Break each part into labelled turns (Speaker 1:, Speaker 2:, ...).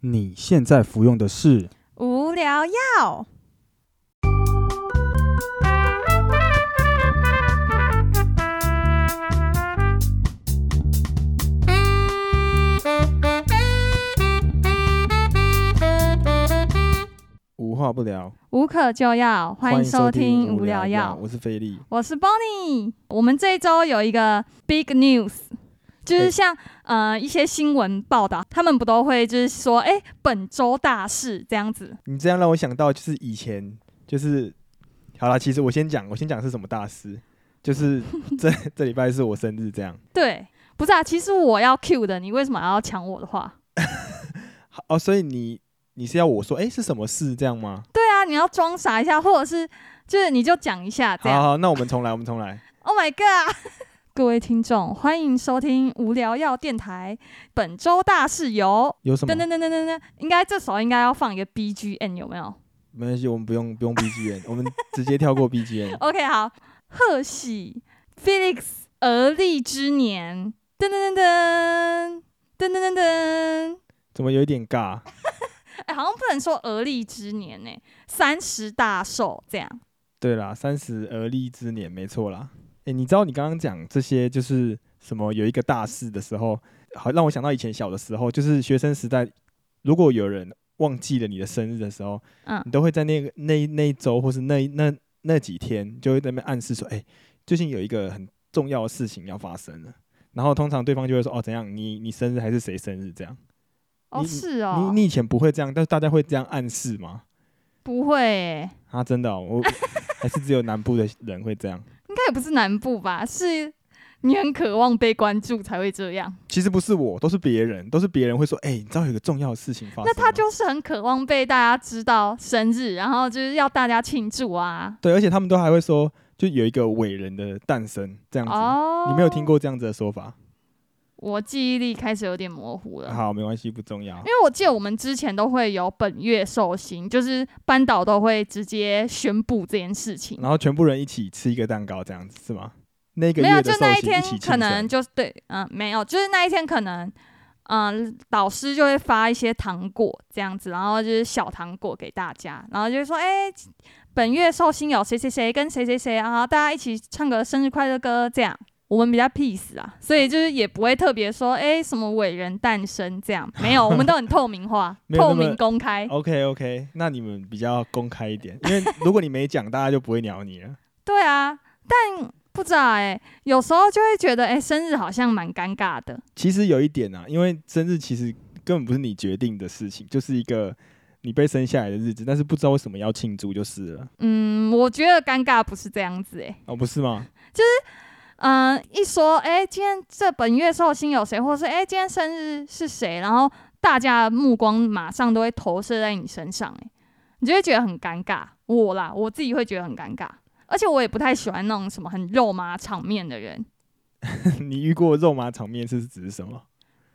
Speaker 1: 你现在服用的是
Speaker 2: 无聊药。
Speaker 1: 无话不聊，
Speaker 2: 无可救药，欢迎收听无聊药。
Speaker 1: 我是菲力。
Speaker 2: 我是 Bonnie。我们这一周有一个 big news，就是
Speaker 1: 哎
Speaker 2: 像、呃一些新闻报道，他们不都会就是说，哎、本周大事这样子。
Speaker 1: 你这样让我想到，就是以前，就是好啦，其实我先讲，我先讲是什么大师，就是 这这礼拜是我生日，这样。
Speaker 2: 对，不是啊，其实我要 Q 的，你为什么要抢我的话？
Speaker 1: 好哦，所以你你是要我说，哎、是什么事这样吗？
Speaker 2: 对啊，你要装傻一下，或者是就是你就讲一下这
Speaker 1: 好
Speaker 2: 样。
Speaker 1: 好，那我们重来，我们重来。
Speaker 2: Oh my god！各 位听众，欢迎收听无聊药电台。本周大事由
Speaker 1: 有什么
Speaker 2: 噔？噔噔噔噔噔，应该这时候应该要放一个 BGM 有没有
Speaker 1: 没关系，我们不用不用 BGM，我们直接跳过 BGM。
Speaker 2: ？OK，好，贺喜 Felix 而立之年，噔噔噔噔噔噔噔噔，
Speaker 1: 怎么有一点尬？
Speaker 2: 哎、好像不能说而立之年呢、三十大寿这样。
Speaker 1: 对啦，三十而立之年，没错啦。诶，你知道你刚刚讲这些就是什么有一个大事的时候，好让我想到以前小的时候，就是学生时代，如果有人忘记了你的生日的时候，
Speaker 2: 嗯
Speaker 1: 你都会在那个那那一周或是那那那几天，就会在那边暗示说，诶，最近有一个很重要的事情要发生了。然后通常对方就会说，哦，怎样，你你生日还是谁生日这样？
Speaker 2: 哦，
Speaker 1: 你
Speaker 2: 是哦，
Speaker 1: 你你以前不会这样，但是大家会这样暗示吗？
Speaker 2: 不会、欸，
Speaker 1: 啊，真的哦、我 还是只有南部的人会这样。
Speaker 2: 应该也不是南部吧？是你很渴望被关注才会这样。
Speaker 1: 其实不是我，都是别人，都是别人会说，哎、你知道有个重要的事情哦发生吗，
Speaker 2: 那他就是很渴望被大家知道生日，然后就是要大家庆祝啊。
Speaker 1: 对，而且他们都还会说，就有一个伟人的诞生这样子。
Speaker 2: 哦，
Speaker 1: 你没有听？过这样子的说法？
Speaker 2: 我记忆力开始有点模糊了。
Speaker 1: 好，没关系，不重要
Speaker 2: 因。为我记得我们之前都会有本月寿星，就是班导都会直接宣布这件事情。
Speaker 1: 然后全部人一起吃一个蛋糕，这样子是吗？那个
Speaker 2: 没有，
Speaker 1: 月
Speaker 2: 就
Speaker 1: 的寿
Speaker 2: 那一
Speaker 1: 星
Speaker 2: 天
Speaker 1: 一起庆
Speaker 2: 可能
Speaker 1: 生，
Speaker 2: 就是对，嗯，没有，就是那一天可能，嗯，老师就会发一些糖果这样子，然后就是小糖果给大家，然后就说，哎、本月寿星有谁谁谁跟谁谁谁，然后大家一起唱个生日快乐歌这样。我们比较 peace 啊，所以就是也不会特别说，哎、什么伟人诞生这样，没有，我们都很透明化
Speaker 1: ，没有那
Speaker 2: 透
Speaker 1: 么
Speaker 2: 明公开。
Speaker 1: OK OK，那你们比较公开一点，因为如果你没讲，大家就不会鸟你了。
Speaker 2: 对啊，但不知道哎、有时候就会觉得，哎、生日好像蛮尴尬的。
Speaker 1: 其实有一点啊，因为生日其实根本不是你决定的事情，就是一个你被生下来的日子，但是不知道为什么要庆祝就是了。
Speaker 2: 嗯，我觉得尴尬不是这样子哎、
Speaker 1: 哦，不是吗？
Speaker 2: 嗯，一说哎、今天这本月寿星有谁，或是哎、今天生日是谁，然后大家的目光马上都会投射在你身上、哎，你就会觉得很尴尬。我啦，我自己会觉得很尴尬，而且我也不太喜欢那种什么很肉麻场面的人。
Speaker 1: 你遇过肉麻场面是指是什么？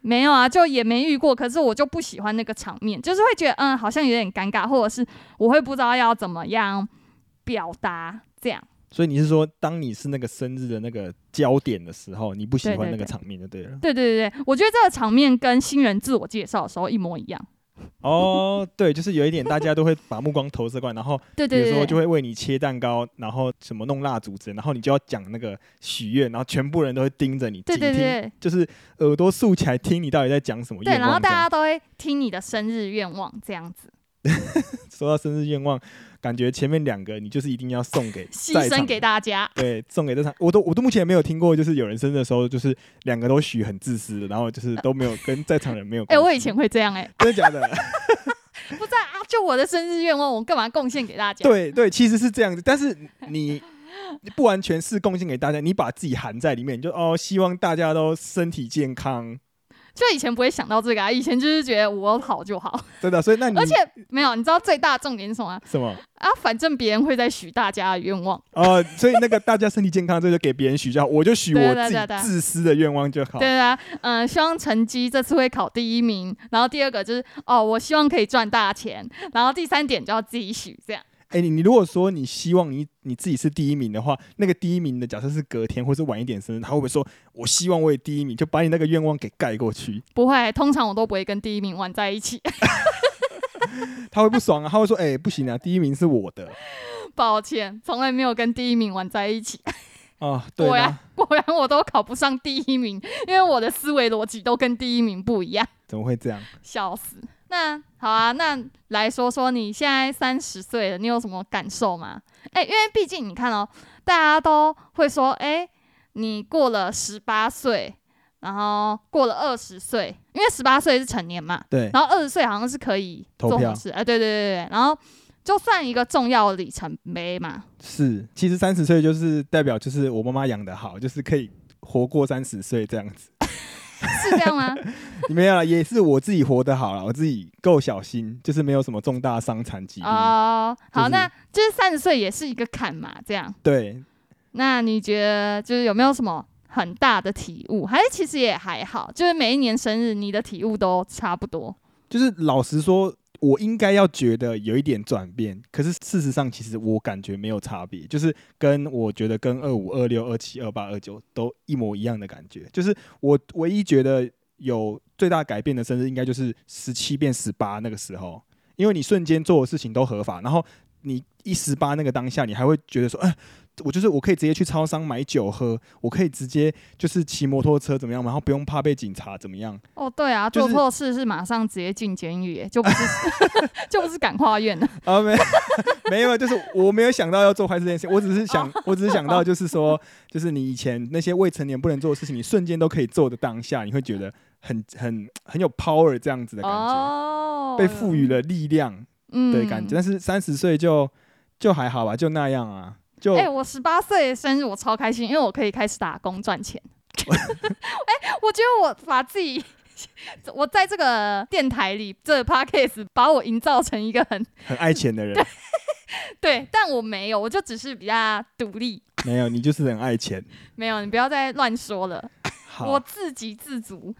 Speaker 2: 没有啊，就也没遇过，可是我就不喜欢那个场面，就是会觉得嗯，好像有点尴尬，或者是我会不知道要怎么样表达这样。
Speaker 1: 所以你是说，当你是那个生日的那个焦点的时候，你不喜
Speaker 2: 对
Speaker 1: 欢那
Speaker 2: 对
Speaker 1: 个
Speaker 2: 对
Speaker 1: 场面就对了。
Speaker 2: 对对对对，我觉得这个场面跟新人自我介绍的时候一模一样。
Speaker 1: 哦，对，就是有一点，大家都会把目光投射过来，然后
Speaker 2: 对
Speaker 1: 有
Speaker 2: 对
Speaker 1: 时候
Speaker 2: 对
Speaker 1: 就会
Speaker 2: 对，
Speaker 1: 为你切蛋糕，然后什么弄蜡烛之类，然后你就要讲那个许愿，然后全部人都会盯着你，
Speaker 2: 对对
Speaker 1: 紧听
Speaker 2: 对
Speaker 1: 就是耳朵竖起来听你到底在讲什么
Speaker 2: 对，
Speaker 1: 愿
Speaker 2: 然后
Speaker 1: 望这
Speaker 2: 大
Speaker 1: 样。
Speaker 2: 家都会听你的生日愿望这样子，
Speaker 1: 说到生日愿望，感觉前面两个你就是一定要送给
Speaker 2: 牺
Speaker 1: 在
Speaker 2: 牲
Speaker 1: 场哦
Speaker 2: 给大家。
Speaker 1: 对，送给这场，我都我都目前没有听过，就是有人生日的时候，就是两个都许很自私的，然后就是都没有跟在场人没有
Speaker 2: 哎、
Speaker 1: 关系。
Speaker 2: 我以前会这样哎、
Speaker 1: 真的假的？
Speaker 2: 不知道啊，就我的生日愿望，我干嘛贡献给大家？
Speaker 1: 对对，其实是这样子，但是 你不完全是贡献给大家，你把自己含在里面，你就哦，希望大家都身体健康，
Speaker 2: 就以前不会想到这个啊，以前就是觉得我好就好，
Speaker 1: 真的。所以那你
Speaker 2: 而且没有，你知道最大的重点是什么啊？
Speaker 1: 什么？
Speaker 2: 啊，反正别人会在许大家的愿望。
Speaker 1: 哦，所以那个大家身体健康，这就给别人许就好，我就许
Speaker 2: 对
Speaker 1: 我
Speaker 2: 对
Speaker 1: 自己
Speaker 2: 对对
Speaker 1: 自私的愿望就好。
Speaker 2: 对啊，嗯、希望成绩这次会考第一名，然后第二个就是哦，我希望可以赚大钱，然后第三点就要自己许这样。
Speaker 1: 哎、你你如果说你希望你你自己是第一名的话，那个第一名的假设是隔天或是晚一点生日，他会不会说我希望我也第一名，就把你那个愿望给盖过去？
Speaker 2: 不会，通常我都不会跟第一名玩在一起。
Speaker 1: 他会不爽啊，他会说哎、不行啊，第一名是我的
Speaker 2: 抱歉，从来没有跟第一名玩在一起。
Speaker 1: 啊，对
Speaker 2: 果然
Speaker 1: 啦，，
Speaker 2: 果然我都考不上第一名，因为我的思维逻辑都跟第一名不一样，
Speaker 1: 怎么会这样？
Speaker 2: 笑死。那好啊，那来说说你现在三十岁了，你有什么感受吗？哎、因为毕竟你看哦，大家都会说，哎、你过了十八岁，然后过了二十岁，因为十八岁是成年嘛，
Speaker 1: 对，
Speaker 2: 然后二十岁好像是可以
Speaker 1: 投
Speaker 2: 做什
Speaker 1: 票
Speaker 2: 么事，哎、对对对对，然后就算一个重要的里程 碑嘛，
Speaker 1: 是，其实三十岁就是代表就是我妈妈养的好，就是可以活过三十岁这样子。
Speaker 2: 是这样吗？
Speaker 1: 没有啦，也是我自己活得好了，我自己够小心，就是没有什么重大伤残疾病。
Speaker 2: 哦，
Speaker 1: 嗯就
Speaker 2: 好，
Speaker 1: 是
Speaker 2: 那就是三十岁也是一个坎嘛，这样。
Speaker 1: 对，
Speaker 2: 那你觉得就是有没有什么很大的体悟？还是其实也还好，就是每一年生日你的体悟都差不多。
Speaker 1: 就是老实说，我应该要觉得有一点转变，可是事实上，其实我感觉没有差别，就是跟我觉得跟二五、二六、二七、二八、二九都一模一样的感觉。就是我唯一觉得有最大改变的生日，应该就是十七变十八那个时候，因为你瞬间做的事情都合法，然后你一十八那个当下，你还会觉得说，哎、我就是我可以直接去超商买酒喝，我可以直接就是骑摩托车怎么样，然后不用怕被警察怎么样。
Speaker 2: 哦，对啊，
Speaker 1: 就
Speaker 2: 做
Speaker 1: 是
Speaker 2: 错事是马上直接进监狱耶，就不是 就不是感化院了。
Speaker 1: 啊，没 没有，就是我没有想到要做坏事这件事，我只是想，
Speaker 2: 哦
Speaker 1: 我只是想到就是说，就是你以前那些未成年不能做的事情，你瞬间都可以做的当下，你会觉得很很很有 power 这样子的感觉，
Speaker 2: 哦，
Speaker 1: 被赋予了力量的感觉。
Speaker 2: 嗯
Speaker 1: 但是三十岁就就还好吧，就那样啊，就、
Speaker 2: 哎、我十八岁的生日，我超开心，因为我可以开始打工赚钱。 哎、我觉得我把自己，我在这个电台里，这个 podcast 把我营造成一个很
Speaker 1: 很爱钱的人，
Speaker 2: 对，但我没有，我就只是比较独立。
Speaker 1: 没有，你就是很爱钱。
Speaker 2: 没有，你不要再乱说了，我
Speaker 1: 好，
Speaker 2: 自给自足。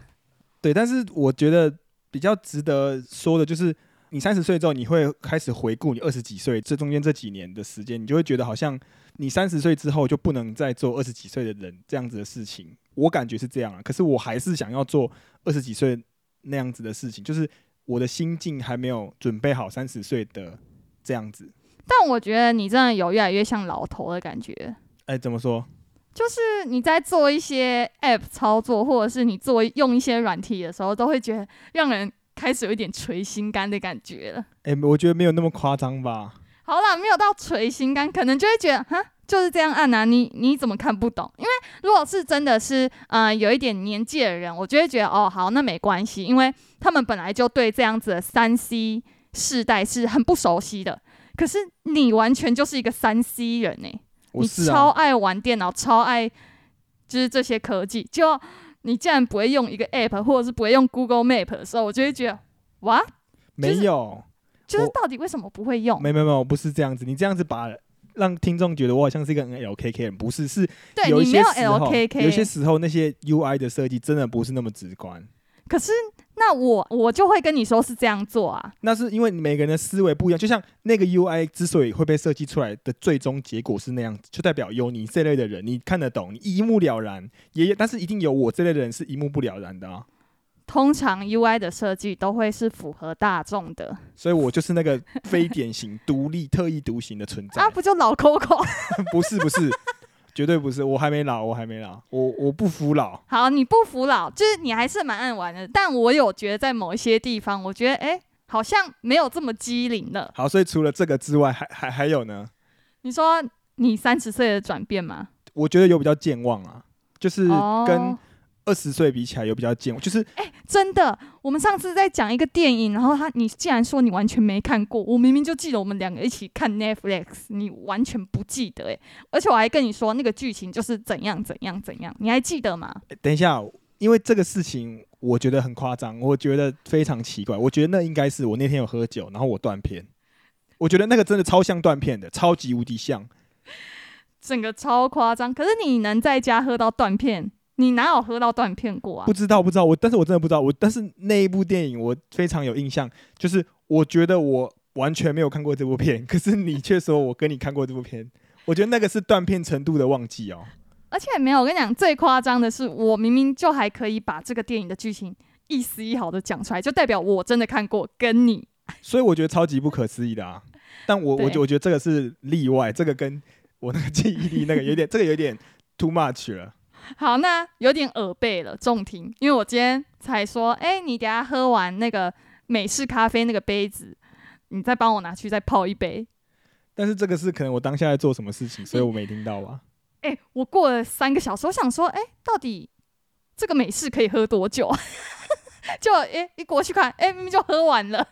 Speaker 1: 对，但是我觉得比较值得说的就是。你三十岁之后，你会开始回顾你二十几岁这中间这几年的时间，你就会觉得好像你三十岁之后就不能再做二十几岁的人这样子的事情。我感觉是这样啊，可是我还是想要做二十几岁那样子的事情，就是我的心境还没有准备好三十岁的这样子。
Speaker 2: 但我觉得你真的有越来越像老头的感觉，
Speaker 1: 哎，怎么说？
Speaker 2: 就是你在做一些 app 操作，或者是你做用一些软体的时候，都会觉得让人开始有一点捶心肝的感觉了。
Speaker 1: 哎，我觉得没有那么夸张吧。
Speaker 2: 好啦，没有到捶心肝，可能就会觉得哈，就是这样按啊，你你怎么看不懂？因为如果是真的是呃有一点年纪的人，我就会觉得哦好，那没关系，因为他们本来就对这样子的三 C 世代是很不熟悉的。可是你完全就是一个三 C 人呢、
Speaker 1: 我
Speaker 2: 你
Speaker 1: 是
Speaker 2: 超
Speaker 1: 啊，
Speaker 2: 爱玩电脑，超爱就是这些科技，就你竟然不会用一个 App 或者是不会用 Google Map 的时候，我就会觉得哇，
Speaker 1: 没有。
Speaker 2: 就是
Speaker 1: 我
Speaker 2: 到底为什么不会用？
Speaker 1: 没没没有，不是这样子，你这样子把让听众觉得我好像是一个很 LKK 人，不是，是
Speaker 2: 对
Speaker 1: 有一
Speaker 2: 你没
Speaker 1: 些时
Speaker 2: 有
Speaker 1: 候，
Speaker 2: LKK，
Speaker 1: 有一些时候那些 UI 的设计真的不是那么直观。
Speaker 2: 可是那我我就会跟你说是这样做啊，
Speaker 1: 那是因为每个人的思维不一样，就像那个 UI 之所以会被设计出来的最终结果是那样子，就代表有你这类的人，你看得懂，你一目了然。也有但是一定有我这类的人是一目不了然的啊，
Speaker 2: 通常 UI 的设计都会是符合大众的
Speaker 1: 所以我就是那个非典型、独立、特立独行的存在
Speaker 2: 啊，。不就老 Coco？
Speaker 1: 不是不是，绝对不是，我还没老，我还没老，我我不服老。
Speaker 2: 好，你不服老，就是你还是蛮爱玩的，但我有觉得在某一些地方，我觉得哎、诶好像没有这么机灵了。
Speaker 1: 好，所以除了这个之外，还还还有呢？
Speaker 2: 你说你三十岁的转变吗？
Speaker 1: 我觉得有比较健忘啊，就是
Speaker 2: 哦
Speaker 1: 跟二十岁比起来有比较健忘，就是
Speaker 2: 真的，我们上次在讲一个电影，然后他你竟然说你完全没看过，我明明就记得我们两个一起看 Netflix，你完全不记得诶，而且我还跟你说那个剧情就是怎样怎样怎样，你还记得吗？
Speaker 1: 诶等一下，因为这个事情我觉得很夸张，我觉得非常奇怪，我觉得那应该是我那天有喝酒，然后我断片，我觉得那个真的超像断片的，超级无敌像。
Speaker 2: 整个超夸张，可是你能在家喝到断片，你哪有喝到断片过啊
Speaker 1: 不？知道不知道我，但是我真的不知道我，但是那一部电影我非常有印象，就是我觉得我完全没有看过这部片，可是你却说我跟你看过这部片，我觉得那个是断片程度的忘记哦。
Speaker 2: 而且没有，我跟你讲，最夸张的是，我明明就还可以把这个电影的剧情一丝一毫的讲出来，就代表我真的看过，跟你
Speaker 1: 所以我觉得超级不可思议的啊。但我我
Speaker 2: 对
Speaker 1: 觉我觉得这个是例外，这个跟我那个记忆力那个有点，这个有点 too much 了。
Speaker 2: 好，那有点耳背了，重听，因为我今天才说，哎、你等一下喝完那个美式咖啡那个杯子，你再帮我拿去再泡一杯。
Speaker 1: 但是这个是可能我当下在做什么事情，所以我没听到啊吧。
Speaker 2: 哎、我过了三个小时，我想说，哎、到底这个美式可以喝多久啊？ 就哎、一过去看，哎、明明就喝完了。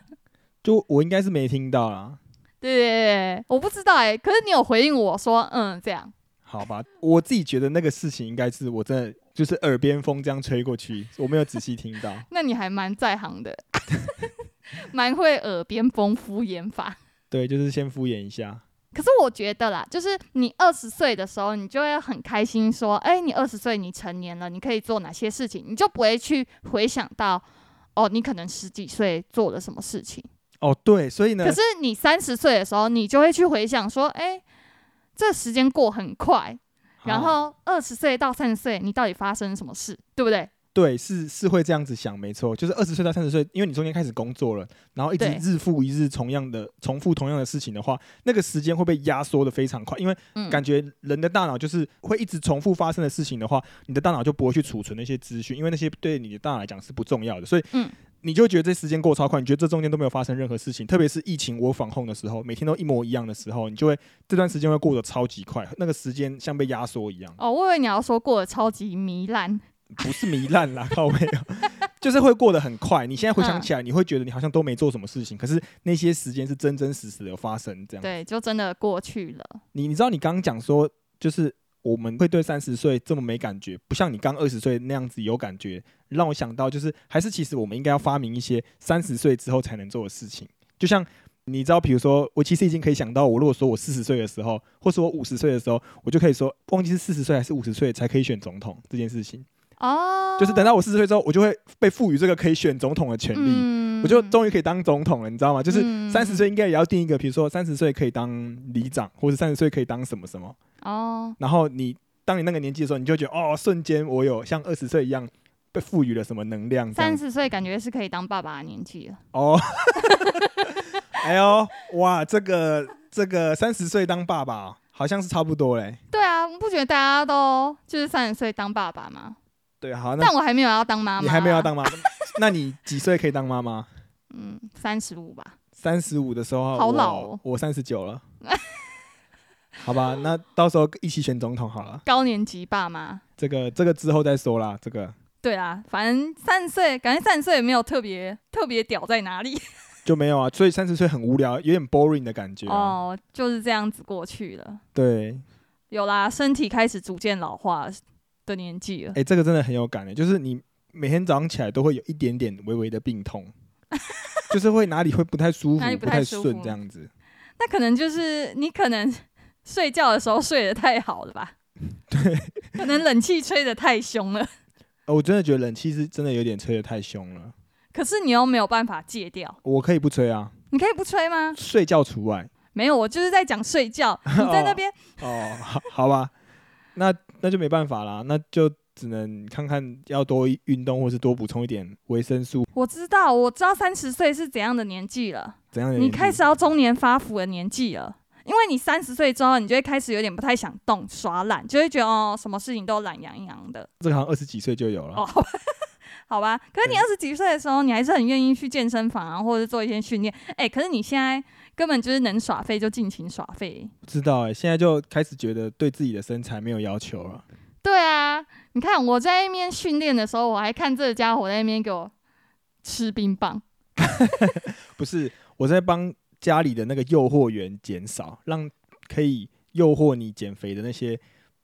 Speaker 1: 就我应该是没听到啊啦。
Speaker 2: 对对对对，我不知道哎、可是你有回应我说，嗯，这样。
Speaker 1: 好吧，我自己觉得那个事情应该是我真的就是耳边风这样吹过去，我没有仔细听到。
Speaker 2: 那你还蛮在行的， 蛮会耳边风敷衍法。
Speaker 1: 对，就是先敷衍一下。
Speaker 2: 可是我觉得啦，就是你二十岁的时候，你就会很开心，说，哎、你二十岁，你成年了，你可以做哪些事情，你就不会去回想到，哦，你可能十几岁做了什么事情。
Speaker 1: 哦，对，所以呢
Speaker 2: 可，是你三十岁的时候，你就会去回想说，哎、这时间过很快，然
Speaker 1: 好
Speaker 2: 后二十岁到三十岁，你到底发生什么事，对不对？
Speaker 1: 对，是是会这样子想，没错，就是二十岁到三十岁，因为你中间开始工作了，然后一直
Speaker 2: 对
Speaker 1: 日复一日同样的重复同样的事情的话，那个时间会被压缩的非常快，因为
Speaker 2: 嗯，
Speaker 1: 感觉人的大脑就是会一直重复发生的事情的话，你的大脑就不会去储存那些资讯，因为那些对你的大脑来讲是不重要的，所以
Speaker 2: 嗯
Speaker 1: 你就会觉得这时间过超快，你觉得这中间都没有发生任何事情，特别是疫情我防控的时候，每天都一模一样的时候，你就会这段时间会过得超级快，那个时间像被压缩一样。
Speaker 2: 哦，我以为你要说过得超级糜烂，
Speaker 1: 不是糜烂啦， 靠没有，就是会过得很快。你现在回想起来，你会觉得你好像都没做什么事情，可是那些时间是真真实实的有发生。这样，
Speaker 2: 对，就真的过去了。
Speaker 1: 你你知道你刚刚讲说，就是我们会对三十岁这么没感觉，不像你刚二十岁那样子有感觉，让我想到就是，还是其实我们应该要发明一些三十岁之后才能做的事情，就像。你知道，比如说，我其实已经可以想到，我如果说我四十岁的时候，或是我五十岁的时候，我就可以说，忘记是四十岁还是五十岁才可以选总统这件事情。
Speaker 2: 哦，
Speaker 1: 就是等到我四十岁之后，我就会被赋予这个可以选总统的权利，
Speaker 2: 嗯
Speaker 1: 我就终于可以当总统了，你知道吗？就是
Speaker 2: 嗯
Speaker 1: 三十岁应该也要定一个，比如说三十岁可以当里长，或者三十岁可以当什么什么。
Speaker 2: 哦，
Speaker 1: 然后你当你那个年纪的时候，你就觉得哦，瞬间我有像二十岁一样被赋予了什么能量这样
Speaker 2: 三
Speaker 1: 子。
Speaker 2: 十岁感觉是可以当爸爸的年纪了。
Speaker 1: 哦， 哎呦，哇，这个这个三十岁当爸爸好像是差不多嘞。
Speaker 2: 对啊，不觉得大家都就是三十岁当爸爸吗？
Speaker 1: 对，好，那
Speaker 2: 但我还没有要当妈妈，啊
Speaker 1: 你还没有要，当妈妈？那你几岁可以当妈妈？
Speaker 2: 嗯，三十五吧。
Speaker 1: 三十五的时候，
Speaker 2: 好
Speaker 1: 我
Speaker 2: 老哦
Speaker 1: 我三十九了。 好吧，那到时候一起选总统好了。
Speaker 2: 高年级爸妈。
Speaker 1: 这个这个之后再说啦。这个
Speaker 2: 对啊，反正三十岁，感觉三十岁也没有特别特别屌在哪里、
Speaker 1: 就没有啊，所以三十岁很无聊，有点 boring 的感觉、啊。
Speaker 2: 哦，就是这样子过去了。
Speaker 1: 对，
Speaker 2: 有啦，身体开始逐渐老化的年纪了
Speaker 1: 哎、。这个真的很有感的，就是你每天早上起来都会有一点点微微的病 痛，就是会哪里会不太舒
Speaker 2: 哪里
Speaker 1: 服，
Speaker 2: 不
Speaker 1: 不
Speaker 2: 太
Speaker 1: 太
Speaker 2: 舒服
Speaker 1: 顺这样子。
Speaker 2: 那可能就是你可能 睡觉的时候睡得太好了吧？对，可能冷气吹得太凶了，
Speaker 1: 呃我真的觉得冷气是真的有点吹得太凶了，
Speaker 2: 可是你又没有办法戒掉。
Speaker 1: 我可以不吹啊，
Speaker 2: 你可以不吹吗？
Speaker 1: 睡觉除外。
Speaker 2: 没有，我就是在讲睡觉。你在那边，
Speaker 1: 哦，好好吧，那那就没办法啦，那就只能看看要多运动，或是多补充一点维生素，
Speaker 2: 我知道，我知道三十岁是怎样的年纪了，
Speaker 1: 怎样的
Speaker 2: 你
Speaker 1: 原因
Speaker 2: 开始要中年发福的年纪了。因为你三十岁之后，你就会开始有点不太想动、耍懒，就会觉得哦，什么事情都懒洋洋的。
Speaker 1: 这个好像二十几岁就有了。
Speaker 2: 哦， 好吧，好吧。可是你
Speaker 1: 对
Speaker 2: 二十几岁的时候，你还是很愿意去健身房啊，或者是做一些训练。哎、可是你现在根本就是能耍废就尽情耍废。
Speaker 1: 不知道哎、现在就开始觉得对自己的身材没有要求了。
Speaker 2: 对啊，你看我在那边训练的时候，我还看这个家伙在那边给我吃冰棒。
Speaker 1: 不是，我在帮家里的那个诱惑源减少，让可以诱惑你减肥的那些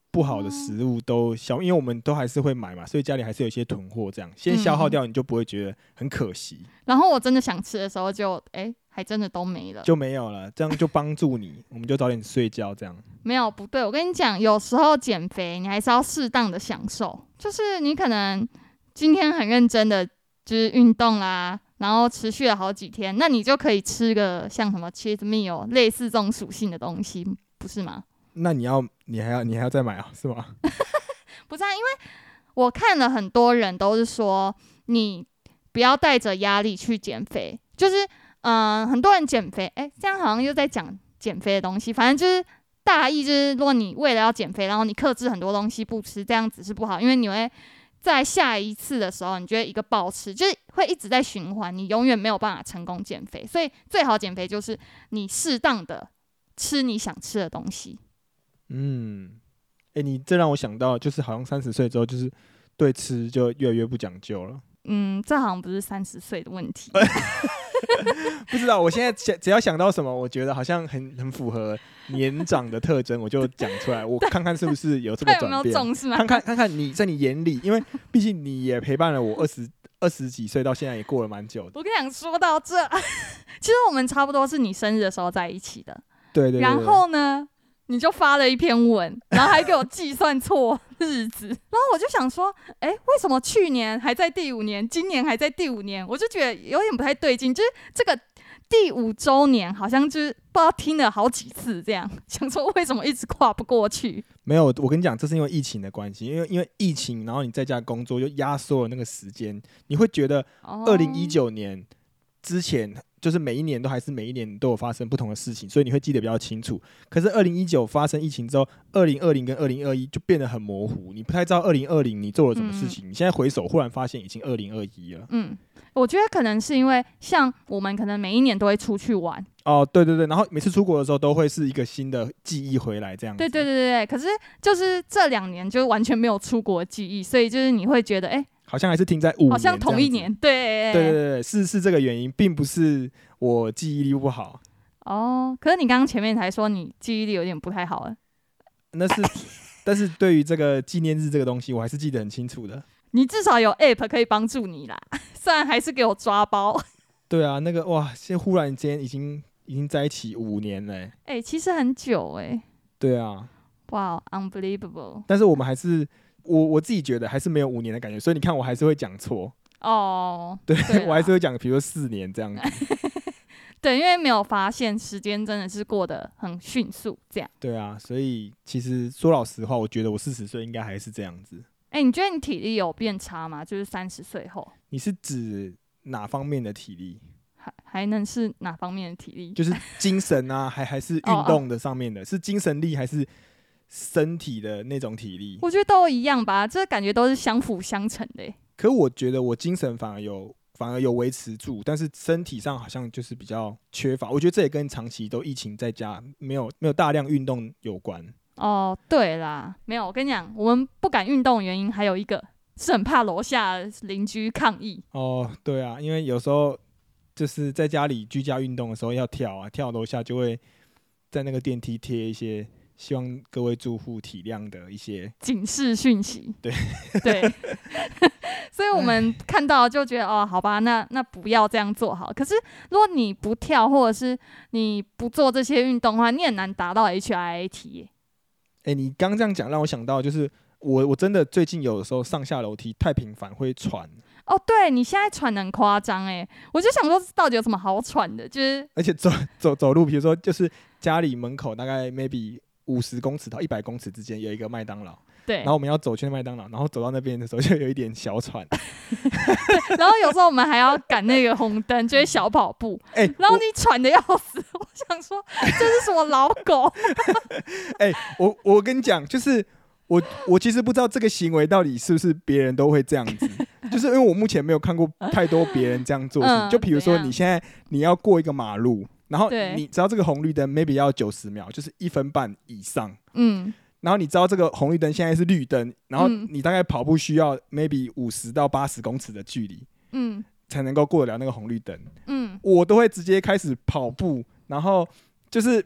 Speaker 1: 不好
Speaker 2: 哦
Speaker 1: 的食物都消，因为我们都还是会买嘛，所以家里还是有一些囤货，这样先消
Speaker 2: 嗯
Speaker 1: 耗掉，你就不会觉得很可惜，
Speaker 2: 然后我真的想吃的时候就，哎，还真的都没了。
Speaker 1: 就没有了，这样就帮助你，我们就早点睡觉这样。
Speaker 2: 没有不对，我跟你讲，有时候减肥你还是要适当的享受，就是你可能今天很认真的就是运动啦，然后持续了好几天，那你就可以吃个像什么 cheese meal 类似这种属性的东西，不是吗？
Speaker 1: 那你要你还要你还要再买啊，是吗？
Speaker 2: 不是、啊，因为我看了很多人都是说，你不要带着压力去减肥，就是嗯、呃很多人减肥，哎、这样好像又在讲减肥的东西，反正就是大意就是，如果你为了要减肥，然后你克制很多东西不吃，这样子是不好，因为你会。在下一次的时候，你就会一个暴吃，就是会一直在循环，你永远没有办法成功减肥。所以最好减肥就是你适当的吃你想吃的东西。
Speaker 1: 嗯，诶，你这让我想到，就是好像三十岁之后，就是对吃就越来越不讲究了。
Speaker 2: 嗯，这好像不是三十岁的问题。
Speaker 1: 不知道，我现在只只要想到什么，我觉得好像很很符合年长的特征，我就讲出 来，我看看是不是有这个
Speaker 2: 他有没
Speaker 1: 转
Speaker 2: 有
Speaker 1: 变。
Speaker 2: 重是吗
Speaker 1: 看？看看看你在你眼里，因为毕竟你也陪伴了我二十二十几岁到现在也过了蛮久的。
Speaker 2: 我跟你讲，说到这， 其实我们差不多是你生日的时候在一起的。
Speaker 1: 对对对对
Speaker 2: 然后呢，你就发了一篇文，然后还给我计算错日子， 然后我就想说，哎，为什么去年还在第五年，今年还在第五年？我就觉得有点不太对劲，就是这个第五周年好像就是不知道听了好几次这样， 想说为什么一直跨不过去？
Speaker 1: 没有，我跟你讲，这是因为疫情的关系，因为因为疫情，然后你在家工作就压缩了那个时间，你会觉得二
Speaker 2: 二
Speaker 1: 零一九年之前，就是每一年都还是每一年都有发生不同的事情，所以你会记得比较清楚。可是二零一九发生疫情之后，二零二零跟二零二一就变得很模糊，你不太知道二零二零你做了什么事情。你现在回首，忽然发现已经二零二一了。
Speaker 2: 嗯，我觉得可能是因为像我们可能每一年都会出去玩，
Speaker 1: 哦，对对对，然后每次出国的时候都会是一个新的记忆回来，这样子。
Speaker 2: 对对对对对。可是就是这两年就完全没有出国记忆，所以就是你会觉得，哎，
Speaker 1: 好像还是停在五，
Speaker 2: 好像同一。年，对
Speaker 1: 对对对对，是是这个原因，并不是我记忆力不好，
Speaker 2: 哦，可是你刚刚前面才说你记忆力有点不太好了，
Speaker 1: 那 是，但是对于这个纪念日这个东西，我还是记得很清楚的。
Speaker 2: 你至少有 app 可以帮助你啦， 虽然还是给我抓包。
Speaker 1: 对啊，那个哇，现在忽然间已经已经在一起五年嘞、
Speaker 2: 哎、其实很久哎、
Speaker 1: 对啊，
Speaker 2: 哇、wow,，unbelievable
Speaker 1: 但是我们还是我我自己觉得还是没有五年的感觉，所以你看我还是会讲错，
Speaker 2: 哦、
Speaker 1: 对
Speaker 2: 对
Speaker 1: 我还
Speaker 2: 啦
Speaker 1: 是会讲，比如说四年这样子。
Speaker 2: 对，因为没有发现时间真的是过得很迅速，这样。
Speaker 1: 对啊，所以其实说老实话，我觉得我四十岁应该还是这样子。
Speaker 2: 哎、你觉得你体力有变差吗？就是三十岁后
Speaker 1: 你是指哪方面的体力？
Speaker 2: 还还能是哪方面的体力？
Speaker 1: 就是精神啊，还还是运
Speaker 2: 哦哦
Speaker 1: 动的上面的，是精神力还是身体的那种体力？
Speaker 2: 我觉得都一样吧，这感觉都是相辅相成的、欸。
Speaker 1: 可我觉得我精神反而有反而有维持住，但是身体上好像就是比较缺乏。我觉得这也跟长期都疫情在家没有没有大量运动有关。
Speaker 2: 哦，对啦，没有，我跟你讲，我们不敢运动的原因还有一个是很怕楼下邻居抗议。
Speaker 1: 哦，对啊，因为有时候就是在家里居家运动的时候要跳啊，跳楼下就会在那个电梯贴一些希望各位住户体谅的一些。
Speaker 2: 警示讯息。
Speaker 1: 对
Speaker 2: 对， 所以我们看到就觉得哦，好吧，那那不要这样做好。可是如果你不跳，或者是你不做这些运动的话，你很难达到 HIAT 耶、
Speaker 1: 哎、你刚这样讲让我想到，就是我我真的最近有的时候上下楼梯太频繁会喘，
Speaker 2: 哦，对你现在喘的很夸张哎，我就想说到底有什么好喘的？就是
Speaker 1: 而且走走走路，比如说就是家里门口大概 maybe 五十公尺到一百公尺之间有一个麦当劳，
Speaker 2: 对
Speaker 1: 然，后我们要走去麦当劳，然后走到那边的时候就有一点小喘。
Speaker 2: 然后有时候我们还要赶那个红灯，就是小跑步，
Speaker 1: 哎、
Speaker 2: 然后你喘的要死， 我想说这是什么老狗？
Speaker 1: 哎我我我跟你讲，就是我我其实不知道这个行为到底是不是别人都会这样子，就是因为我目前没有看过太多别人这样做事情。
Speaker 2: 嗯
Speaker 1: 就比如
Speaker 2: 怎
Speaker 1: 说
Speaker 2: 样
Speaker 1: 你现在你要过一个马路，然后
Speaker 2: 对
Speaker 1: 你知道这个红绿灯 maybe 要九十秒，就是一分半以上。
Speaker 2: 嗯，
Speaker 1: 然后你知道这个红绿灯现在是绿灯，然后
Speaker 2: 嗯
Speaker 1: 你大概跑步需要 maybe 五十到八十公尺的距离
Speaker 2: 嗯
Speaker 1: 才能够过得了那个红绿灯，
Speaker 2: 嗯，
Speaker 1: 我都会直接开始跑步，然后就是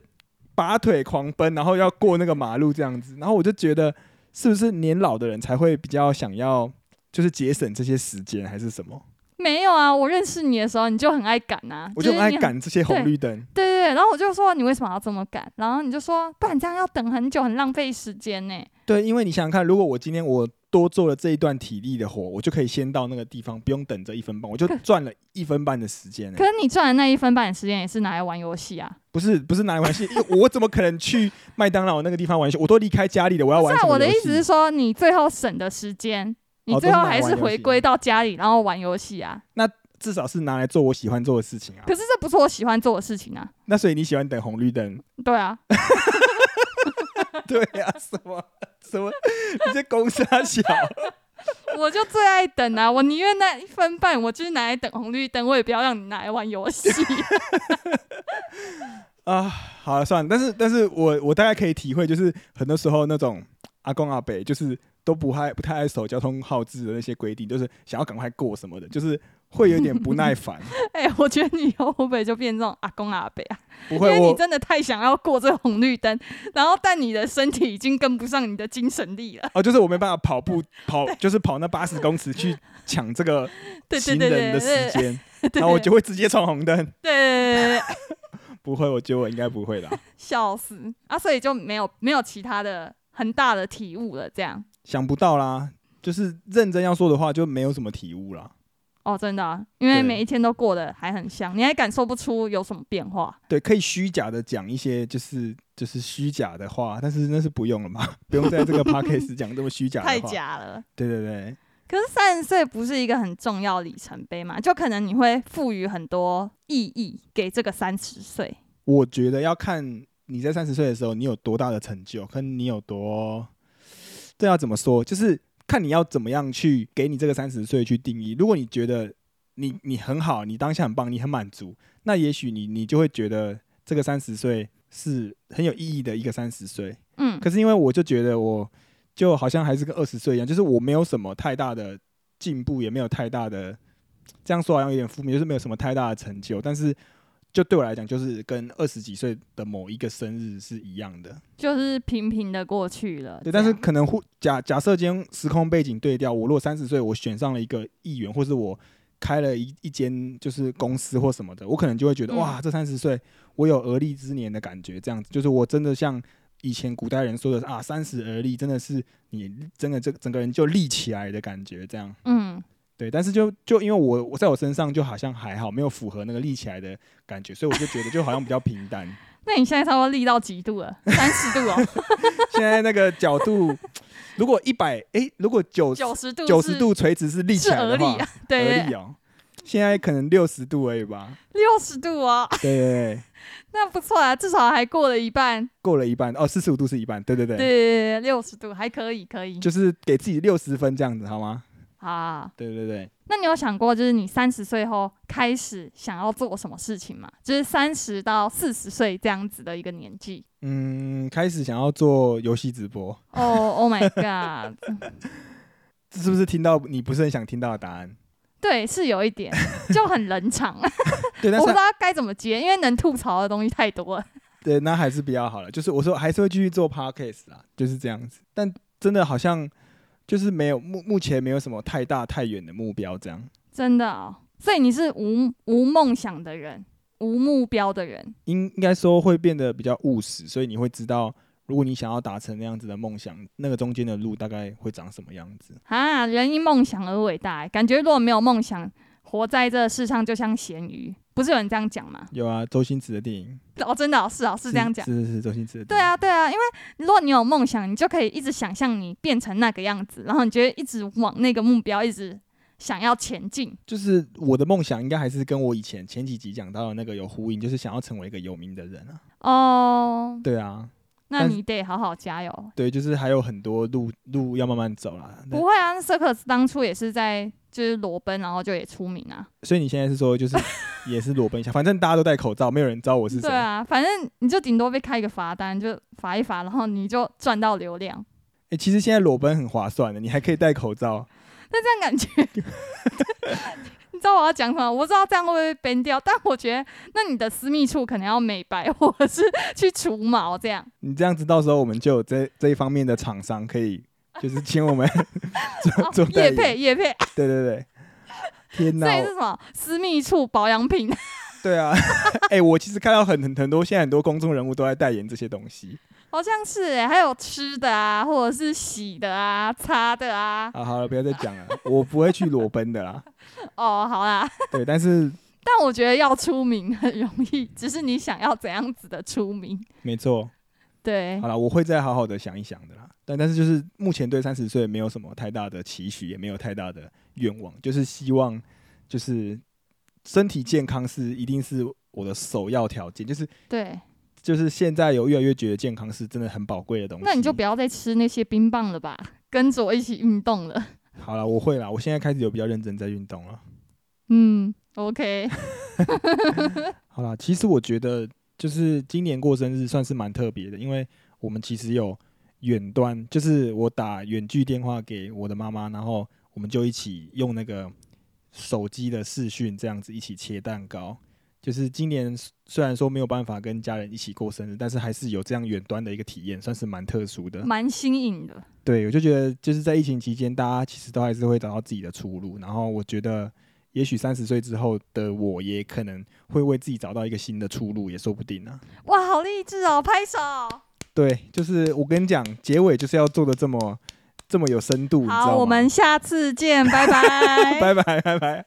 Speaker 1: 拔腿狂奔，然后要过那个马路这样子，然后我就觉得是不是年老的人才会比较想要就是节省这些时间还是什么？
Speaker 2: 没有啊，我认识你的时候你就很爱赶啊，
Speaker 1: 我就很
Speaker 2: 是
Speaker 1: 爱
Speaker 2: 你很
Speaker 1: 赶这些红绿灯，
Speaker 2: 对对对，然后我就说你为什么要这么赶？然后你就说不然这样要等很久，很浪费时间呢。
Speaker 1: 对，因为你想想看，如果我今天我多做了这一段体力的活，我就可以先到那个地方，不用等这一分半，我就
Speaker 2: 可
Speaker 1: 赚了一分半的时间、欸。
Speaker 2: 可是你赚的那一分半的时间也是拿来玩游戏啊。
Speaker 1: 不是不是拿来玩游戏，因为我怎么可能去麦当劳那个地方玩游戏？我都离开家里了，我要
Speaker 2: 不
Speaker 1: 玩
Speaker 2: 是啊
Speaker 1: 什么
Speaker 2: 我的
Speaker 1: 游
Speaker 2: 意
Speaker 1: 戏？
Speaker 2: 思是说，你最后省的时间，你
Speaker 1: 哦
Speaker 2: 最
Speaker 1: 都
Speaker 2: 后
Speaker 1: 是拿来
Speaker 2: 还
Speaker 1: 玩
Speaker 2: 是
Speaker 1: 游
Speaker 2: 回
Speaker 1: 戏
Speaker 2: 归到家里，然后玩游戏啊。
Speaker 1: 至少是拿来做我喜欢做的事情啊
Speaker 2: 可。是这不是我喜欢做的事情啊。
Speaker 1: 那所以你喜欢等红绿 灯？
Speaker 2: 对啊，
Speaker 1: 对啊，什么什么？你这公杀小，
Speaker 2: 我就最爱等啊，我宁愿那一分半，我就是拿来等红绿灯，我也不要让你拿来玩 游戏。
Speaker 1: 啊，好了，算了，但是但是我我大概可以体会，就是很多时候那种阿公阿伯，就是都不爱不太爱守交通号志的那些规定，就是想要赶快过什么的，就是会有点不耐 烦。
Speaker 2: 哎、我觉得你以后会不会就变这种阿公阿伯啊？
Speaker 1: 不
Speaker 2: 因
Speaker 1: 会，
Speaker 2: 为你
Speaker 1: 我
Speaker 2: 真的太想要过这个红绿灯，然后但你的身体已经跟不上你的精神力了。
Speaker 1: 哦，就是我没办法跑步跑，就是跑那八十公尺去抢这个
Speaker 2: 对对
Speaker 1: 行
Speaker 2: 对
Speaker 1: 人
Speaker 2: 对
Speaker 1: 的时
Speaker 2: 对对
Speaker 1: 间，
Speaker 2: 对，
Speaker 1: 然后我就会直接闯红灯。
Speaker 2: 对对对对对，
Speaker 1: 不会，我觉得我应该不会啦。
Speaker 2: 笑死啊！所以就没有没有其他的很大的体悟了，这样
Speaker 1: 想不到啦，就是认真要说的话，就没有什么体悟啦。
Speaker 2: 哦，真的啊、因为
Speaker 1: 对
Speaker 2: 每一天都过得还很像，你还感受不出有什么变化。
Speaker 1: 对，可以虚假的讲一些就是就是虚假的话，但是那是不用了嘛， 不用在这个 podcast 讲这么虚假的话。
Speaker 2: 太。假了。
Speaker 1: 对对对，
Speaker 2: 可是三十岁不是一个很重要里程碑嘛？就可能你会赋予很多意义给这个三十岁。
Speaker 1: 我觉得要看你在三十岁的时候你有多大的成就，跟你有多，这要怎么说，就是看你要怎么样去给你这个三十岁去定义。如果你觉得你你很好，你当下很棒，你很满足，那也许你你就会觉得这个三十岁是很有意义的一个三十岁。
Speaker 2: 嗯，
Speaker 1: 可是因为我就觉得我就好像还是跟二十岁一样，就是我没有什么太大的进步，也没有太大的这样说好像有点负面，就是没有什么太大的成就。但是就对我来讲，就是跟二十几岁的某一个生日是一样的。
Speaker 2: 就是平平的过去了。
Speaker 1: 对，
Speaker 2: 这
Speaker 1: 但
Speaker 2: 样
Speaker 1: 是可能忽假假设今天时空背景对调，我如果三十岁，我选上了一个议员，或是我开了一一间就是公司或什么的，我可能就会觉得、
Speaker 2: 嗯
Speaker 1: 哇，这三十岁我有而立之年的感觉，这样子就是我真的像以前古代人说的啊，三十而立，真的是你真的这整个人就立起来的感觉，这样
Speaker 2: 嗯，
Speaker 1: 对。但是就就因为我我在我身上就好像还好，没有符合那个立起来的感觉，所以我就觉得就好像比较平淡。
Speaker 2: 那你现在差不多立到几 度了？三十度哦，
Speaker 1: 现在那个角度，如果一百诶，如果九
Speaker 2: 九十度，
Speaker 1: 九十度垂直是立起
Speaker 2: 是
Speaker 1: 来
Speaker 2: 而
Speaker 1: 的
Speaker 2: 立
Speaker 1: 话，
Speaker 2: 啊，
Speaker 1: 而
Speaker 2: 对，
Speaker 1: 立哦。现在可能六十度而已吧。
Speaker 2: 六十度哦，
Speaker 1: 对对对，
Speaker 2: 那不错啊，至少还过了一半。
Speaker 1: 过了一半哦，四十五度是一半。对对对，
Speaker 2: 对，六十度还可以，可以
Speaker 1: 就是给自己六十分这样子，好吗？
Speaker 2: 啊。
Speaker 1: 对对对，
Speaker 2: 那你有想过，就是你三十岁后开始想要做什么事情吗？就是三十到四十岁这样子的一个年纪。
Speaker 1: 嗯，开始想要做游戏直播，
Speaker 2: 哦、o h my god！
Speaker 1: 这是不是听到你不是很想听到的答 案？
Speaker 2: 对，是有一点，就很冷场，啊我
Speaker 1: 对，但
Speaker 2: 不知
Speaker 1: 是
Speaker 2: 道该怎么接，因为能吐槽的东西太多了。
Speaker 1: 对，那还是比较好了。就是我说还是会继续做 podcast 啦，就是这样子。但真的好像就是没有目目前没有什么太大太远的目标这样。
Speaker 2: 真的哦，所以你是无无梦想的人，无目标的人。
Speaker 1: 应应该说会变得比较务实，所以你会知道，如果你想要达成那样子的梦想，那个中间的路大概会长什么样子。
Speaker 2: 啊，人因梦想而伟大欸、感觉如果没有梦想，活在这世上就像咸鱼，不是有人这样讲吗？
Speaker 1: 有啊，周星驰的电影
Speaker 2: 哦，真的哦、是哦，是这样讲。
Speaker 1: 是是是周星驰的电
Speaker 2: 对
Speaker 1: 影。
Speaker 2: 啊，对啊，因为如果你有梦想，你就可以一直想象你变成那个样子，然后你就会一直往那个目标一直想要前进。
Speaker 1: 就是我的梦想应该还是跟我以前前几集讲到的那个有呼应，就是想要成为一个有名的人啊。
Speaker 2: 哦，
Speaker 1: 对啊，
Speaker 2: 那
Speaker 1: 但是
Speaker 2: 你得好好加油。
Speaker 1: 对，就是还有很多路路要慢慢走啦。那
Speaker 2: 不会啊，那 Circus 当初也是在就是裸奔，然后就也出名啊。
Speaker 1: 所以你现在是说， 就是也是裸奔一下，反正大家都戴口罩，没有人知道我是谁。
Speaker 2: 对啊，反正你就顶多被开一个罚单，就罚一罚，然后你就赚到流量。
Speaker 1: 诶其实现在裸奔很划算的，你还可以戴口罩。
Speaker 2: 那这样感觉，你知道我要讲什么？我知道这样会不会被编掉，但我觉得那你的私密处可能要美白，或者是去除毛这样。
Speaker 1: 你这样子，到时候我们就有这这一方面的厂商可以，就是请 我们做做
Speaker 2: 哦，
Speaker 1: 代
Speaker 2: 叶
Speaker 1: 言。
Speaker 2: 配叶配，
Speaker 1: 对对对，天
Speaker 2: 所
Speaker 1: 哪
Speaker 2: 以，是什么私密处保养品？
Speaker 1: 对啊，哎、我其实看到很很很多现在很多公众人物都在代言这些东西，
Speaker 2: 好像是哎、还有吃的啊，或者是洗的啊、擦的啊。
Speaker 1: 啊，好了，不要再讲了，我不会去裸奔的 啦。
Speaker 2: 哦，好啦，
Speaker 1: 对，但是
Speaker 2: 但我觉得要出名很容易，只是你想要怎样子的出名。
Speaker 1: 没错，
Speaker 2: 对
Speaker 1: 好，了，我会再好好的想一想的啦。但但是就是目前对三十岁没有什么太大的期许，也没有太大的愿望，就是希望就是身体健康是一定是我的首要条件，就是
Speaker 2: 对，
Speaker 1: 就是现在有越来越觉得健康是真的很宝贵的东西。
Speaker 2: 那你就不要再吃那些冰棒了吧，跟着我一起运动了。
Speaker 1: 好了，我会啦，我现在开始有比较认真在运动了。
Speaker 2: 嗯，OK，
Speaker 1: 好啦，其实我觉得就是今年过生日算是蛮特别的，因为我们其实有远端，就是我打远距电话给我的妈妈，然后我们就一起用那个手机的视讯这样子一起切蛋糕。就是今年虽然说没有办法跟家人一起过生日，但是还是有这样远端的一个体验，算是蛮特殊的。
Speaker 2: 蛮新颖的。
Speaker 1: 对，我就觉得就是在疫情期间，大家其实都还是会找到自己的出路。然后我觉得，也许三十岁之后的我，也可能会为自己找到一个新的出路，也说不定啊。
Speaker 2: 哇，好励志哦，拍手。
Speaker 1: 对，就是我跟你讲，结尾就是要做的这么这么有深度，你知道
Speaker 2: 好，
Speaker 1: 吗？
Speaker 2: 我们下次见，拜拜。
Speaker 1: 拜拜拜拜。